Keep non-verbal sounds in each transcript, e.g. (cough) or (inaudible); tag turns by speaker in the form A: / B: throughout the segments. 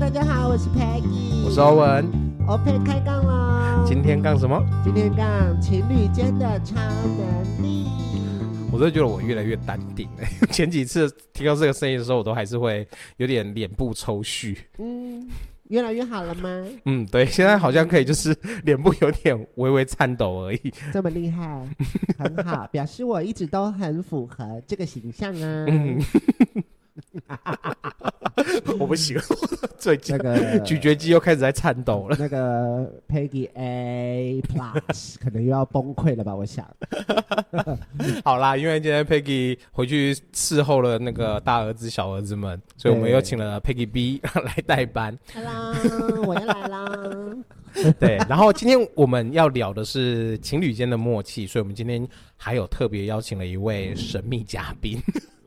A: 大家好，我是 Peggy，
B: 我是欧文，
A: OK 开杠喽。
B: 今天干什么？
A: 今天杠情侣间的超能力，
B: 我真的觉得我越来越淡定 (laughs) 了。前几次听到这个声音的时候，我都还是会有点脸部抽搐。
A: 嗯，越来越好了吗？
B: 嗯，对，现在好像可以，就是脸部有点微微颤抖而已。 (laughs)
A: 这么厉害，很好，表示我一直都很符合这个形象啊。
B: 嗯，我不行， (laughs) 最近
A: 那
B: (laughs)
A: 个
B: 咀嚼肌又开始在颤抖了。 (laughs)
A: 那个 Peggy A Plus 可能又要崩溃了吧？我想，
B: 好啦，因为今天 Peggy 回去伺候了那个大儿子、小儿子们，所以我们
A: 对
B: 又请了 Peggy B 来代班。
A: 哈啦，我要来啦。
B: 对，然后今天我们要聊的是情侣间的默契，所以我们今天还有特别邀请了一位神秘嘉宾，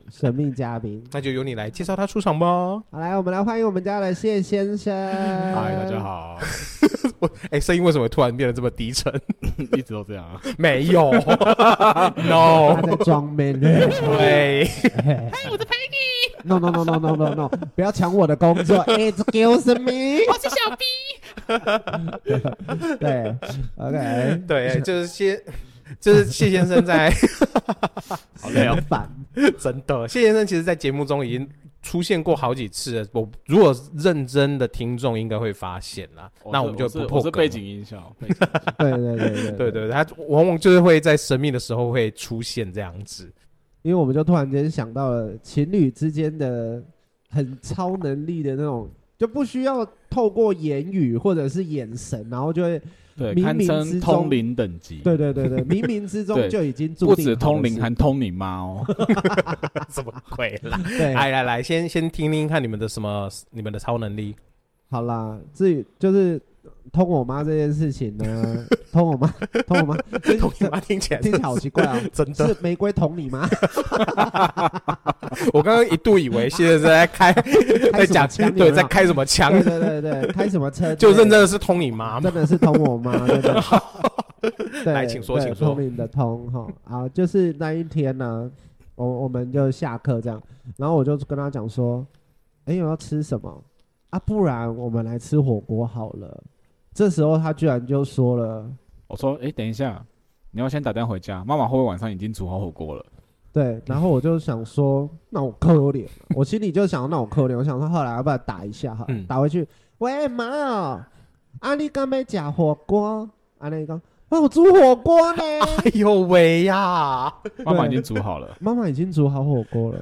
A: 神秘嘉宾，
B: 那就由你来介绍他出场吧。
A: 好来，我们来欢迎我们家的谢先生。嗨
C: 嗨，大家。 (laughs) 好，
B: 哎，声音为什么突然变得这么低沉？
C: 一直都这样啊。
B: 没有 (laughs)
A: 他 (laughs)
B: ，no，
A: 在装 man
B: 对，
A: ，no no no no no no no，不 (laughs) 要抢我的工 (laughs) 作，excuse me，我是 (laughs) 小 B，对，OK，
B: (laughs) 对，就是谢，就是谢先生在
C: (laughs) 好累 (laughs) 哦
A: 很烦，
B: 真的，谢先生其实，在节目中已经出现过好几次了。我如果认真的听众，应该会发现啦。那我们就不
C: 是
B: 破
C: 哦我是
B: 梗了
C: 背景音效，背景音效
A: 对对对对
B: 对，对，他往往就是会在神秘的时候会出现这样子。
A: (laughs) 因为我们就突然间想到了情侣之间的很超能力的那种，就不需要透过言语或者是眼神，然后就会，
C: (laughs) 对，
A: 冥冥
C: 堪
A: 之中
C: 称通灵等级。
A: 对，对对
C: (laughs)
A: 对，冥冥之中
C: 对
A: 就已经注
C: 不
A: 定
C: 止
A: 好的
C: 通灵，
A: 事
C: 还通你妈哦。 (laughs)
B: 什么鬼啦？
A: 对，
B: (laughs) 来来来，先先听听看你们的什么，你们的超能力。
A: 好啦，至于就是通我妈这件事情
C: (laughs)
A: 呢，通我妈，通我妈，这
B: 同意
A: 这
B: 吗？听起来
A: (laughs) 听起来好奇
B: (laughs)
A: 怪啊、
B: 真的，
A: 是玫瑰捅你吗？
B: 我刚刚一度以为现在是在开在
A: (laughs) 开什么
B: 讲
A: 枪有没有
B: 对，在开什么枪
A: 对，对对对，开什么车？
B: 就认真的是通你
A: (laughs)
B: 妈嘛。
A: 真的是捅我
B: (laughs)
A: 妈，真的。对，
B: 来请说
A: 对
B: 请说
A: 通灵的通哈啊，就是那一天呢，我我们就下课这样，然后我就跟他讲说，哎、我要吃什么啊？不然我们来吃火锅好了。这时候他居然就说了。
C: 我说，哎，等一下，你要先打电话回家，妈妈会不会晚上已经煮好火锅了？
A: 对，然后我就想
C: (laughs)
A: 说，那我可怜，我心里就想，那我可怜，我想说，后来要不要打一下哈，
B: 嗯
A: 打回去，喂妈哦，阿丽刚没假火锅，啊阿丽讲，哇，我煮火锅
C: (laughs)
A: 呢，
B: 哎呦喂呀，
C: 妈妈已经煮好了。 (laughs)
A: 妈妈已经煮好火锅了，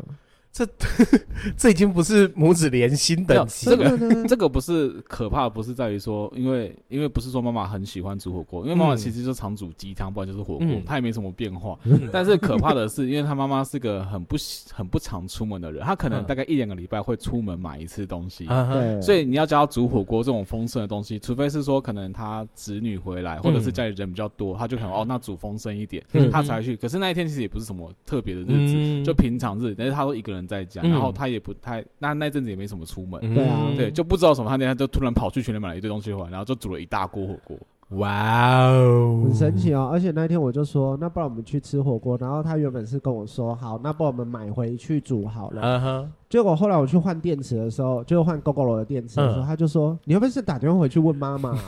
B: 这已经不是母子连心等级
C: 没有这
B: 了。
C: 个
A: 真的
C: (laughs)
A: 呢，
C: 这个不是可怕，不是在于说，因为因为不是说妈妈很喜欢煮火锅，因为妈妈
B: 嗯
C: 其实就常煮鸡汤，不然就是火锅
B: 嗯，
C: 她也没什么
A: (laughs)
C: 变化
B: 嗯。
C: 但是可怕的是，因为她妈妈是个很不喜很不常出门的人，她可能
B: 嗯
C: 大概一两个礼拜会出门买一次东西。
B: 啊哈
A: 对，
C: 所
A: 以
C: 以你要教他煮火锅这种丰盛的东西，除非是说可能他子女回来，或者是家里人比较多，他就可能哦，那煮丰盛一点，
B: 嗯
C: 他才去。可是那一天其实也不是什么特别的日子，
B: 嗯，
C: 就平常日，但是他都一个人在家，
B: 嗯
C: 然后他也不太那那阵子也没什么出门，
B: 嗯
A: 对啊
C: 对，就不知道什么，他那天就突然跑去群里买了一堆东西回来，然后就煮了一大锅火锅。
B: 哇
C: 嗯
B: 哦，
A: 很神奇哦，而且那天我就说，那不然我们去吃火锅，然后他原本是跟我说，好，那不然我们买回去煮好了，
B: 啊
A: (laughs)
B: 哈，
A: 结果后来我去换电池的时候，就是换 GoGo 的电池的时候，
B: 嗯
A: 他就说：“你会不会是打电话回去问妈妈、啊？”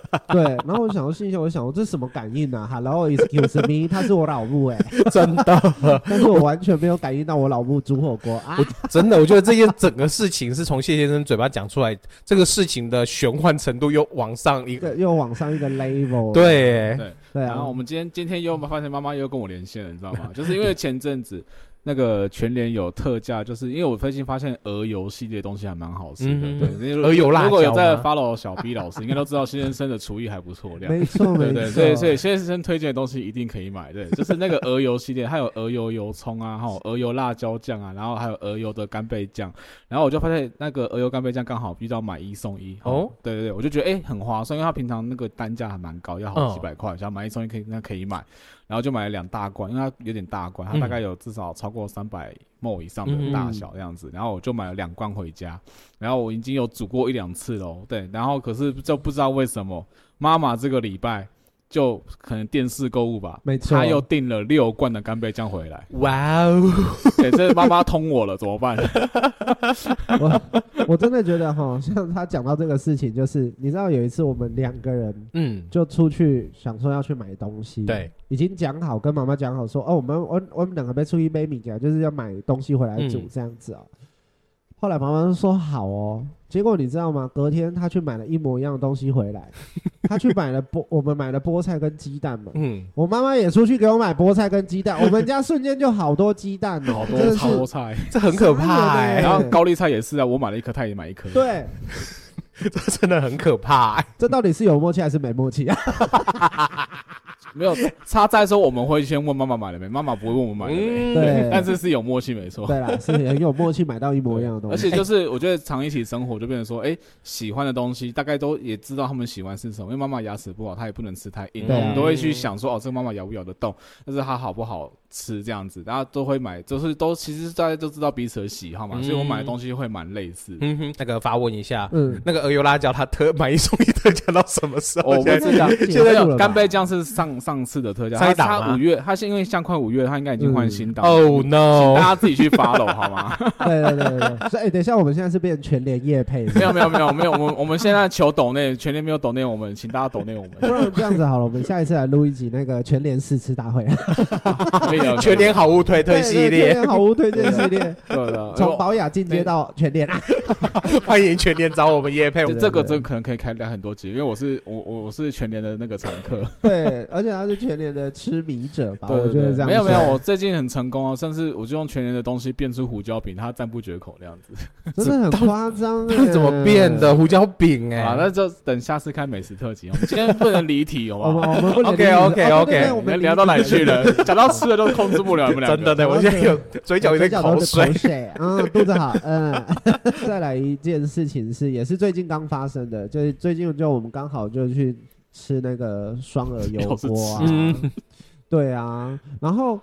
C: (laughs)
A: 对，然后我想，我心里想，我想，我这什么感应啊？Hello，excuse me，她是我老母
C: (laughs)
A: 哎、
B: 真的，
A: 但是我完全没有感应到我老母煮火锅啊。
B: 真的，我觉得这件整个事情是从谢先生嘴巴讲出来，这个事情的玄幻程度又往上一
A: 这
B: 个，
A: 又往上一个 level，
B: 对，
C: 对，
A: 对
C: 然
A: 啊
C: 后我，们今天今天又发现妈妈又跟我连线了，你知道
B: (laughs)
C: 吗？就是因为前阵子那个全联有特价，就是因为我最近发现鹅油系列东西还蛮好吃的，
B: 嗯
C: 对，
B: 鹅油辣椒吗
C: 如果有在 follow 小 B 老师，应该都知道先生的厨艺还不错，这样。
A: 没错
C: 对
A: 没
C: 对，
A: 错，
C: 所以所以先生推荐的东西一定可以买，对，就是那个鹅油系列，还有鹅油油葱啊，还有鹅油辣椒酱啊，然后还有鹅油的干贝酱，然后我就发现那个鹅油干贝酱刚好遇到买一送一
B: 哦，。
C: 对对对，我就觉得哎、很划算，因为它平常那个单价还蛮高，要好几百块，想、买一送一可以那可以买，然后就买了两大罐，因为它有点大罐，它大概有至少超过三百 ml 以上的大小这样子，然后我就买了两罐回家，然后我已经有煮过一两次喽，对，然后可是就不知道为什么妈妈这个礼拜就可能电视购物吧，
A: 没错
C: 他又订了六罐的干贝酱回来
B: 哇哦，
C: 对，这妈妈通我了，怎么办？
A: 我我真的觉得哈，像他讲到这个事情，就是你知道有一次我们两个人
B: 嗯，
A: 就出去想说要去买东西，
B: 对，
A: 已经讲好跟妈妈讲好说哦，我们我我们两个被出去买米家，就是要买东西回来煮
B: 嗯
A: 这样子哦。后来妈妈说好哦，结果你知道吗？隔天她去买了一模一样的东西回
C: (laughs)
A: 来，她去买了菠，我们买了菠菜跟鸡蛋嘛。
B: 嗯，
A: 我妈妈也出去给我买菠菜跟鸡蛋，我们家瞬间就好多鸡蛋哦，
C: (laughs) 好
A: 真的
C: 多
A: 是
C: 好多菜，
B: 这很可怕
A: 傻眼
B: 哎、
A: 欸
C: 然后高丽菜也是啊，我买了一颗，他也买一颗。
A: 对，啊
B: 这真的很可怕、欸。
A: 这到底是有默契还是没默
C: (laughs)
A: 契啊？
C: 没有差在说我们会先问妈妈买了没，妈妈不会问我买了没。
B: 嗯
A: 对
C: 但是是有默契没错。
A: 对啦，是很有默契买到一模一样的东
C: 而
A: 西。
C: 且就是我觉得常一起生活就变成说，哎、喜欢的东西大概都也知道他们喜欢是什么。因为妈妈牙齿不好，她也不能吃太硬，
A: 对啊
C: 我们都会去想说，哦，这个妈妈咬不咬得动，但是它好不好吃这样子，大家都会买，就是都其实大家都知道彼此的喜好嘛，
B: 嗯
C: 所以我买的东西会蛮类似。
B: 嗯哼，那个发问一下，
A: 嗯，
B: 那个鹅油辣椒它特买一送一特价到什么时候？
C: 哦我
B: 现
C: 们
B: 在
C: 这讲
A: 现在
C: 现在
A: 结束了
C: 有
A: 吧
C: 干贝酱是上上次的特价，
B: 上一
C: 它
B: 档吗
C: 它五月，它是因为像快五月，它应该已经换
A: 嗯
C: 新档了。
B: 哦
C: 请大
B: no，
C: 家自己去 follow 好吗？ (laughs)
A: (laughs) 对对对对对。所以、哎等一下，我们现在是变全联业配，
C: 没有没有没有没有，我们我们现在求抖内，全年没有抖内我们，请大家抖内我
A: 不 (laughs)
C: 们。
A: 然这样子好了，我们下一次来录一集那个全联试吃大
C: (laughs)
A: 会，
C: 可以的
B: 全年好物推推
A: 对
B: 系
A: 全
B: 列，
A: 联好物推荐系列，
C: 对的，
A: 从保雅进阶到全联啊。
B: 欢迎全年找我们叶配。
C: 这
B: 我们
C: 这个真可能可以开聊很多集，因为我是我我我是全年的那个常客，
A: 对，而且他是全联的痴迷者吧？
C: 对
A: 我觉得这样
C: 没有没有，
A: 说
C: 我最近很成功哦，甚至我就用全年的东西变出胡椒饼，他赞不绝口那样子。
A: 真的很夸张哎、
B: 那怎么变的？？胡椒饼哎、
C: 啊，那就等下次开美食特辑，我们今天不能离题，好
A: 我
C: 不
A: 们
C: 好？
A: 我们
C: (laughs)
A: 不能
B: OK，OK，OK
A: 哦对对对
C: 我
A: 我
C: 们
A: 们
C: 聊到哪里去了？讲到吃的都控制不了你们两
B: (laughs)
C: 个。
B: 真的对，
A: 我
B: 我
A: 们
B: 现在有嘴角有点口水
A: 口。水， (laughs) 嗯，肚子好，嗯。 (laughs) 再来一件事情是，也是最近刚发生的，就是最近就我们刚好就去吃那个双耳油锅啊
C: 又是吃，
B: 嗯
A: 对啊，然后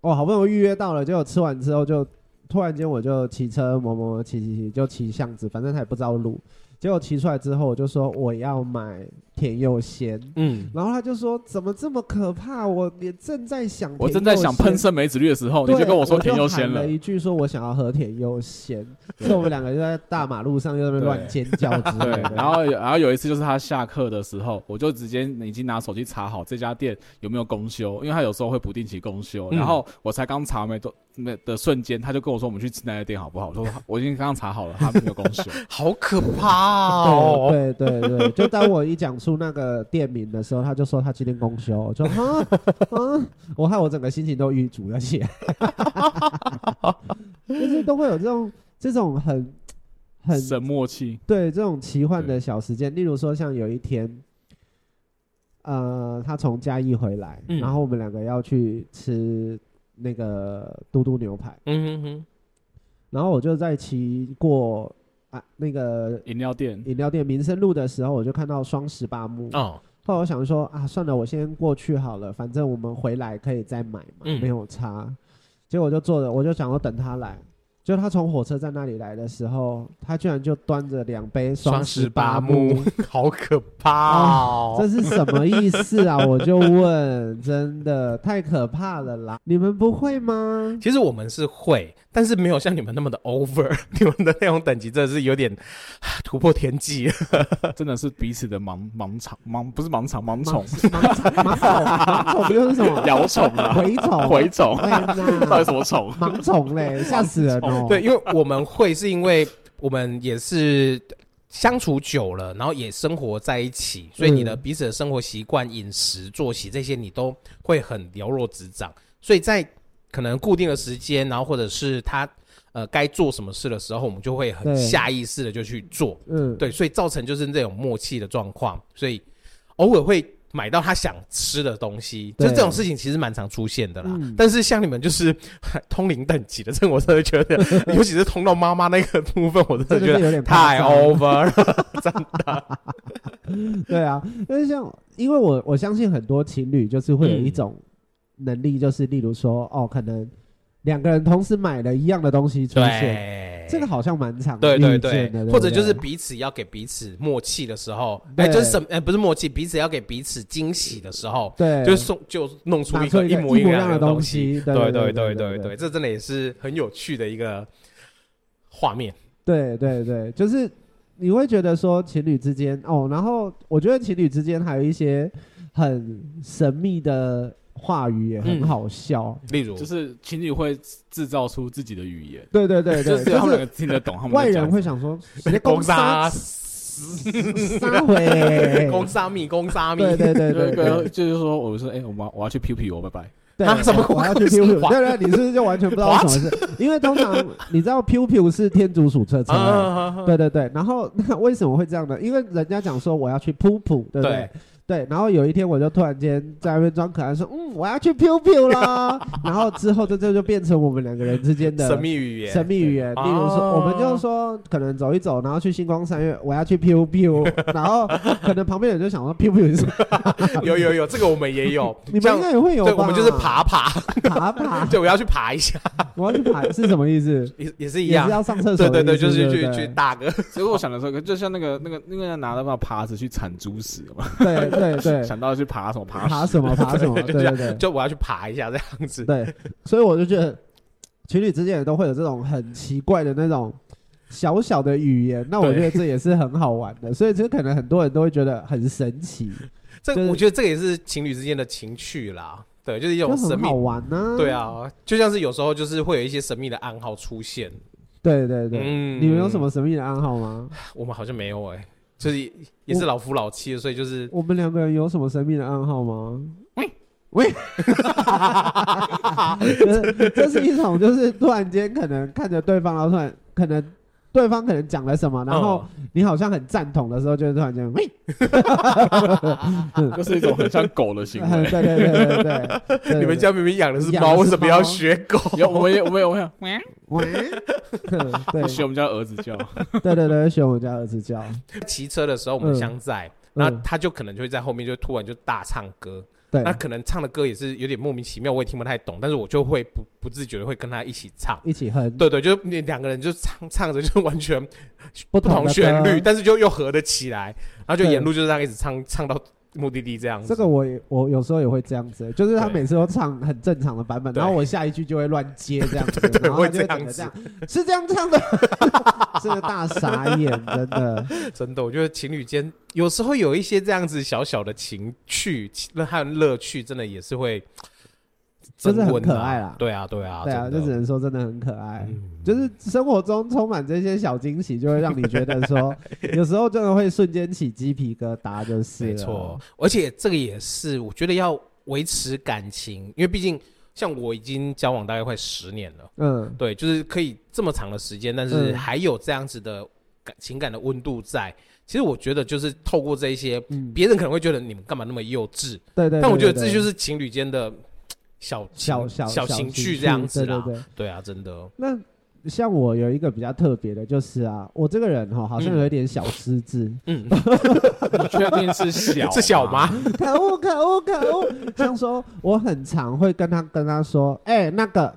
A: 哦，好不容易预约到了，结果吃完之后就突然间我就骑车磨磨磨骑骑骑就骑巷子，反正他也不知道路，结果骑出来之后我就说我要买甜柚鲜。
B: 嗯，
A: 然后他就说：“怎么这么可怕？我也正在想，
C: 我正在想喷圣梅子绿的时哦候，你
A: 对
C: 就跟我说甜优
A: 我
C: 先
A: 就
C: 了
A: 喊了。一句说我想要喝甜优先，所以我们两个就在大马路上就在那边乱尖叫之类
C: 对，
A: 的。
C: 然后有然后有一次就是他下课的时候，我就直接已经拿手机查好这家店有没有公休，因为他有时候会不定期公休。
B: 嗯
C: 然后我才刚查没多没的瞬间，他就跟我说我们去吃那家店好不好？我说 (laughs) 我已经刚刚查好了，他没有公休。
B: 好可怕哦！
A: 对对对对，就当我一讲出那个店名的时候，他就说他今天公休，我说啊啊，我害我整个心情都淤阻了起来， (laughs) 就是都会有这种这种很 (laughs) 很
C: 神默契，
A: 对这种奇幻的小时间，例如说像有一天，呃，他从嘉义回来，
B: 嗯
A: 然后我们两个要去吃那个嘟嘟牛排，
B: 嗯哼哼，
A: 然后我就在骑过啊那个
C: 饮
A: (laughs)
C: 料店
A: 饮料店民生路的时候，我就看到双十八木。
B: 哦，
A: 后来我想说啊，算了，我先过去好了，反正我们回来可以再买嘛，
B: 嗯
A: 没有差。结果我就坐着，我就想要等他来。就他从火车站那里来的时候，他居然就端着两杯
B: 双
A: 十
B: 十
A: 八
B: 八木，好可怕哦！
A: 这是什么意思
B: (laughs)
A: 啊？我就问，真的太可怕了啦！你们不会吗？
B: 其实我们是会，但是没有像你们那么的 over，你们的那种等级真的是有点啊突破天际了。
C: 真的是彼此的盲盲场盲不是盲场盲宠
A: (laughs) 盲宠，盲宠不就是什
C: (laughs)
A: 么
C: 摇宠啊
A: 蛔
B: (laughs)
A: 虫？
C: 蛔虫，
A: (laughs) 哎
C: 到底
A: 呀
C: 什
A: (laughs)
C: 么宠？
A: 盲虫嘞，吓死人哦！
B: 对，，因为我们会是因为我们也是。相处久了，然后也生活在一起，所以你的
A: 嗯
B: 彼此的生活习惯、饮食、作息这些，你都会很了若指掌。所以在可能固定的时间，然后或者是他呃该做什么事的时候，我们就会很
A: 对
B: 下意识的就去做。
A: 嗯，
B: 对，所以造成就是这种默契的状况，所以偶尔会买到他想吃的东西，就
A: 对
B: 这种事情其实蛮常出现的啦。
A: 嗯
B: 但是像你们就是 (laughs) 通灵等级的，这个我真的觉得，尤其是通到妈妈那个部分，我真的
A: 真的
B: 觉
A: 是
B: 得
A: 有点夸
B: 太
A: 张
B: over 了。
A: 对啊，但是像因为我我相信很多情侣就是会有
B: 嗯
A: 一种 (laughs) 能力，就是例如说哦，可能两个人同时买了一样的东西出现，
B: 对，
A: 这个好像蛮常
B: 对对
A: 遇见的
B: 对，
A: 对，
B: 或者就是
A: 不对
B: 彼此要给彼此默契的时候，
A: 对
B: 哎，就是什么？哎，不是默契，彼此要给彼此惊喜的时候，
A: 对，
B: 就送就弄出
A: 拿
B: 一个
A: 一个
B: 模一
A: 模
B: 样
A: 的
B: 东西。
A: 西，
B: 对
A: 对
B: 对
A: 对
B: 对，这真的也是很有趣的一个画面。
A: 对对对，就是你会觉得说情侣之间哦，然后我觉得情侣之间还有一些很神秘的话语也很
B: 嗯
A: 好笑。
B: 例如，
C: 就是情侣会制造出自己的语言，
A: 对对对
C: 就
A: 对，
C: 是他
A: 就
C: 们两个
A: 是
C: 听得懂，他们
A: 外
C: 在讲
A: 人会
C: 什
A: 想
C: 么
A: 说，你在
B: 攻
A: 杀
B: 杀，
A: 杀回
B: 攻杀密，攻杀密，
A: 对对对对
C: 就
A: 对
C: 是就是说，我说哎，我要我要去 P P 我拜拜，
A: 对，
B: 啊什么
A: 我要去
B: 公司
A: pew pew，
B: 滑
A: 对对，你是不是就完全不知道
B: 滑
A: 什么事？因为通常你知道 pew pew 是天竺鼠车车
B: 啊
A: 啊。
B: 啊，啊啊
A: 对对对，然后那为什么会这样呢？因为人家讲说我要去噗噗，对不对
B: 对？
A: 对，然后有一天我就突然间在那边装可爱说，嗯，我要去 pew pew 啦， (laughs) 然后之后这这就变成我们两个人之间的
B: 神秘语言，
A: 神秘语言，
B: 对
A: 例如说，
B: 哦
A: 我们就说可能走一走，然后去星光三月，我要去 pew pew，然后可能旁边人就想说 pew pew 是，，
B: 有有有，这个我们也有
A: (laughs) 你们
B: 像
A: 应该也会有吧？
B: 对，我们就是爬爬， (laughs)
A: 爬爬，
B: 对，我要去爬一下，
A: 我要去爬是什么意思？
B: 也也是一
A: 也
B: 样
A: 是，要上厕所
B: 对
A: 的
B: 对
A: 意思，
B: 对，就是
A: 对不
B: 去
A: 对哦
B: 去打个，
C: 所以我想的时候，就像那个那个那个拿那把耙子去铲猪屎嘛，
A: 对对对，
C: (laughs) 想到去爬什么爬
A: 爬什么爬什么，对
B: 这
A: 对
B: 样
A: 对。
B: (laughs) (laughs) 就我要去爬一下这样子，
A: 对，所以我就觉得情侣之间也都会有这种很奇怪的那种小小的语言，那我
B: 对
A: 觉得这也是很好玩的，所以这可能很多人都会觉得很神奇，
B: 这
A: 就是
B: 我觉得这个也是情侣之间的情趣啦，对，就是一
A: 就
B: 种神
A: 很
B: 秘
A: 好，玩呢、
B: 对，啊，就像是有时候就是会有一些神秘的暗号出现，
A: 对对对，
B: 嗯
A: 你们有什？么神秘的暗号吗？
B: 我们好像没有哎，就是也是老夫老妻的，所以就是
A: 我们两个人有什么神秘的暗号吗？喂， (laughs) 这这是一种就是突然间可能看着对方，然后突然可能对方可能讲了什么，然
B: 哦嗯
A: 后你好像很赞同的时候，就会突然间喂。
C: 就是一种很像狗的行
A: 嗯 (laughs)
C: 为。
A: 对对对对对对对对，
B: 你们家明明养的是
A: 养
B: 猫，
A: 的是
B: 为什么
A: 猫
B: 要学
A: (laughs)
B: 狗？
C: (laughs) 有我们也我们有我们
A: 喂，嗯 (laughs) 对
B: (laughs)
C: 有学我们家儿子叫，
A: (laughs) 对对对，选我家儿子叫，
B: 骑车的时候我们相载，
A: 嗯
B: 那
A: 嗯
B: 他就可能就会在后面就突然就大唱歌，
A: 对
B: 那，可能唱的歌也是有点莫名其妙，我也听不太懂，但是我就会不不自觉的会跟他一起唱。
A: 一起哼，
B: 对对，就是你两个人就唱唱着，就是完全
A: 不
B: 不同
A: 的
B: 旋律，
A: 歌。
B: 但是就又合得起来，然后就
A: 对
B: 沿路就是这样一直唱唱到目的地这样子。
A: 这个我也我有时候也会这样子，欸就是他
B: 对
A: 每次都唱很正常的版本，
B: 对
A: 然后我下一句就会乱接这样子，
B: 对
A: 然后他
B: 会
A: 就会
B: 这
A: 整个
B: 样
A: 这
B: 子
A: 样，是这样唱的， (laughs) 这个大傻眼，真
B: (laughs)
A: 的。
B: 真的，我觉得情侣间有时候有一些这样子小小的情趣和乐趣，真的也是会
A: 就是很
B: 增温啊
A: 可爱啦
B: 对啊，对啊，
A: 对啊，
B: 真
A: 就
B: 的
A: 只能说真的很可爱。
B: 嗯
A: 就是生活中充满这些小惊喜，就会让你觉得
B: (laughs)
A: 说，有时候真的会瞬间起鸡皮疙瘩，就是了
B: 没错，，而且这个也是我觉得要维持感情，因为毕竟像我已经交往大概快十年了，
A: 嗯，
B: 对，就是可以这么长的时间，但是
A: 嗯
B: 还有这样子的感情感的温度在。其实我觉得就是透过这一些，
A: 嗯
B: 别人可能会觉得你们干嘛那么幼稚，
A: 对对，
B: 但我觉得
A: 对
B: 这
A: 对
B: 就是情侣间的小
A: 小
B: 小
A: 小
B: 情
A: 趣
B: 这样子啦。
A: 对对对，
B: 对啊，真的，
A: 那像我有一个比较特别的，就是啊，我这个人哈、好像有一点小失智， (laughs)
B: (laughs) 嗯，
C: 你确定是小？
B: 是小吗？？
A: 可恶可恶可恶！像说我很常会跟他跟他说，哎、那个，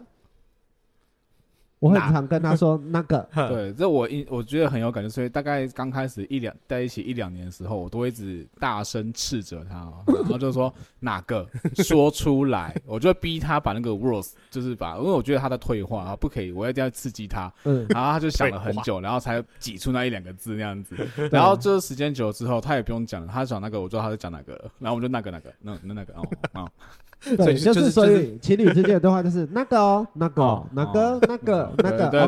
A: 我很常跟他说那个，
C: 对，这我一我觉得很有感觉，所以大概刚开始一两在一起一两年的时候，我都会一直大声斥责他
A: (laughs)
C: 哦，然后就说哪个说出来，我就会逼他把那个 words 就是把，因为我觉得他在退化，啊，不可以，我一定要刺激他，
B: (laughs)
A: 嗯，
C: 然后他就想了很久，然后才挤出那一两个字那样子， (laughs) 然后这时间久了之后，他也不用讲了，他讲那个我知道他在讲哪个了，然后我们就那个那个那那那个哦哦，
B: 所
A: 对，
B: 以
A: 就
B: 就是是
A: 所
B: 就
A: 以情侣之间的对话就是那个
B: (laughs)
A: 哦，那个哦
C: 哦
A: 那个
C: 哦
A: 那个
C: 哦
A: 那
C: 对
A: 个
C: 对对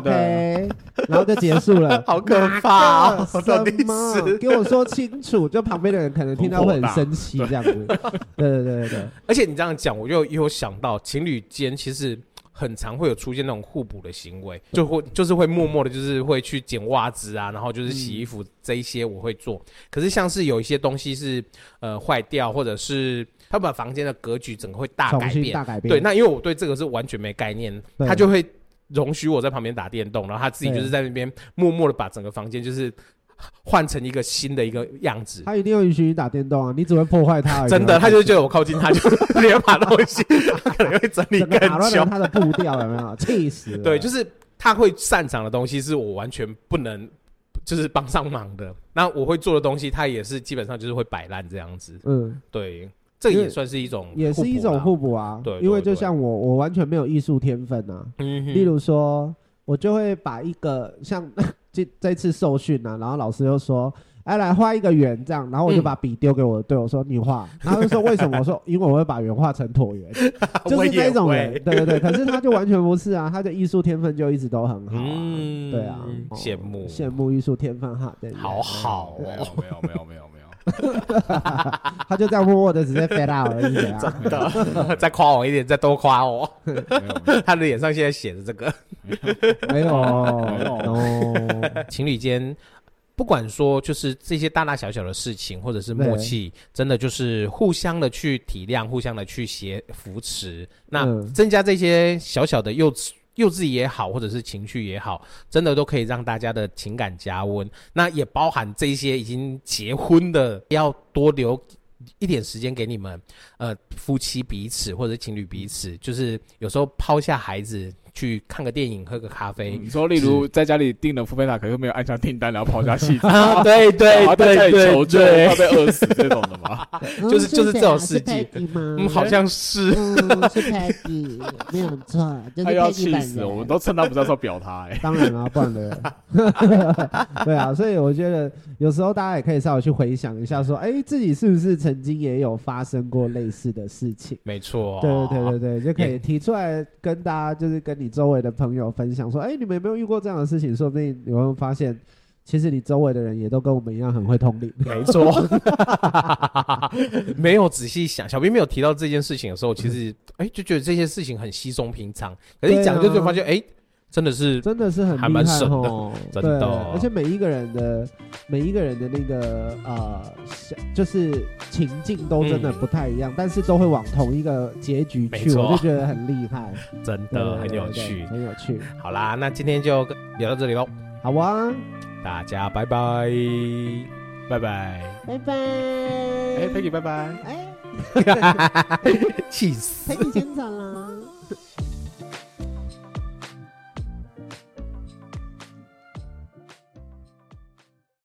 A: ，OK，然后就结束了。
B: (laughs) 好可怕哦！到底
A: 什么？
B: 是？
A: 给我说清楚！就旁边的人可能听到会很生气这样
B: (laughs)
A: 子。对对对对对，
B: 而且你这样讲，我就也有想到，情侣间其实很常会有出现那种互补的行为，就会就是会默默的，就是会去捡袜子啊，然后就是
A: 嗯
B: 洗衣服这一些我会做。可是像是有一些东西是呃坏掉，或者是他把房间的格局整个会大
A: 重
B: 改
A: 新
B: 变。
A: 大改变。
B: 对，那因为我对这个是完全没概念，
A: 对
B: 他就会容许我在旁边打电动，然后他自己
A: 对
B: 就是在那边默默的把整个房间就是换成一个新的一个样子。
A: 他一定会允许你打电动啊，你只会破坏他而已啊。
B: 真的，他就觉得我靠近他，就 (laughs) 连把东西他可能会整理 (laughs)
A: 整个打
B: 更
A: 乱啊
B: 久
A: 了。他的步调，有没有？气死了！
B: (laughs) 对，就是他会擅长的东西是我完全不能就是帮上忙的。那我会做的东西，他也是基本上就是会摆烂这样子。
A: 嗯，
B: 对，这
A: 因为
B: 也算是一种
A: 也是一种
B: 啦
A: 互补啊。
B: 对
A: 因为
B: 对
A: 就
B: 对
A: 像我，我完全没有艺术天分啊。
B: 嗯哼，
A: 例如说，我就会把一个像 (laughs) 这这次受训啊，然后老师就说：“哎，来画一个圆这样。”然后我就
B: 嗯
A: 把笔丢给我的队友说：“你画。”然后他就说：“为什么？”我说：“ (laughs) 因为我会把圆画成椭圆。”就
B: 啊我
A: 是
B: 也
A: 那种
B: 会
A: 人，对对对。可是他就完全不是啊，他的艺术天分就一直都很好啊。
B: 嗯
A: 对啊，哦
B: 羡慕
A: 羡慕艺术天分哈，对，对
B: 好 (laughs) 好
C: 没
B: 哦，
C: 有没有没有没有
B: (laughs)
C: 没有，
A: 他就这样默默的只是 fade out 而已
B: (laughs)
A: 啊。
B: 再夸我一点，再多夸我。 (laughs)
C: 没有没有
B: 他的脸上现在写着这个
A: 没有
B: 哦
A: 哦
C: 有
A: ，no，
B: 情侣间，不管说就是这些大大小小的事情，或者是默契，真的就是互相的去体谅，互相的去协扶持，那
A: 嗯
B: 增加这些小小的幼稚。幼稚也好，或者是情绪也好，真的都可以让大家的情感加温。那也包含这些已经结婚的，要多留一点时间给你们，呃，夫妻彼此或者情侣彼此，就是有时候抛下孩子去看个电影、喝个咖啡，
C: 你说例如在家里订了福贝塔，可是没有按下订单，然后抛下戏子，
B: 啊，对 (laughs) 对
C: 然后在
B: 对
C: 家里求
B: 对
C: 救，
B: 对，
C: 要被饿死这种的
B: (laughs)
C: 吗？
B: 就是就是这种事迹
D: 情。是 Peggy 吗
B: 嗯，好像是。
D: 嗯，是 Peggy，没有错，就是
C: 他又要
D: Peggy
C: 气
D: 本
C: 死，
D: 人
C: 我们都趁他不在的时候表
B: (laughs)
C: 他，哎，
A: 当然啦，不然的， (laughs) 对啊，所以我觉得有时候大家也可以稍微去回想一下，说，哎，自己是不是曾经也有发生过类似的事情？
B: 没错，
A: 对对对对对，就可以
B: 也
A: 提出来跟大家，就是跟你周围的朋友分享，说，哎，你们有没有遇过这样的事情？说不定你会发现，其实你周围的人也都跟我们一样很会通灵。
B: 没错， (laughs) 没有仔细想，小编没有提到这件事情的时候，其实哎、就觉得这些事情很稀松平常，可是一讲就
A: 对啊
B: 就发现哎、真的是
A: 真的是很
B: 还
A: 厉
B: 蛮
A: 害
B: 省的 (laughs)
A: 哦，
B: 真
A: 对
B: 的
A: 而且每一个人的每一个人的那个呃，想就是情境都真的
B: 嗯
A: 不太一样，但是都会往同一个结局
B: 没
A: 去，我
B: 错
A: 就觉得很厉害，
B: 真
A: 对
B: (laughs) 的
A: 对
B: 很
A: 对
B: 有
A: 对
B: 趣。
A: 很有趣。
B: 好啦，那今天就聊到这里喽，
A: 好啊，
B: 大家拜拜，拜拜，
D: 拜拜。
B: 哎
C: 哎，Peggy 拜拜。
D: 哎，
B: (laughs) 气死。
D: 陪你先走了。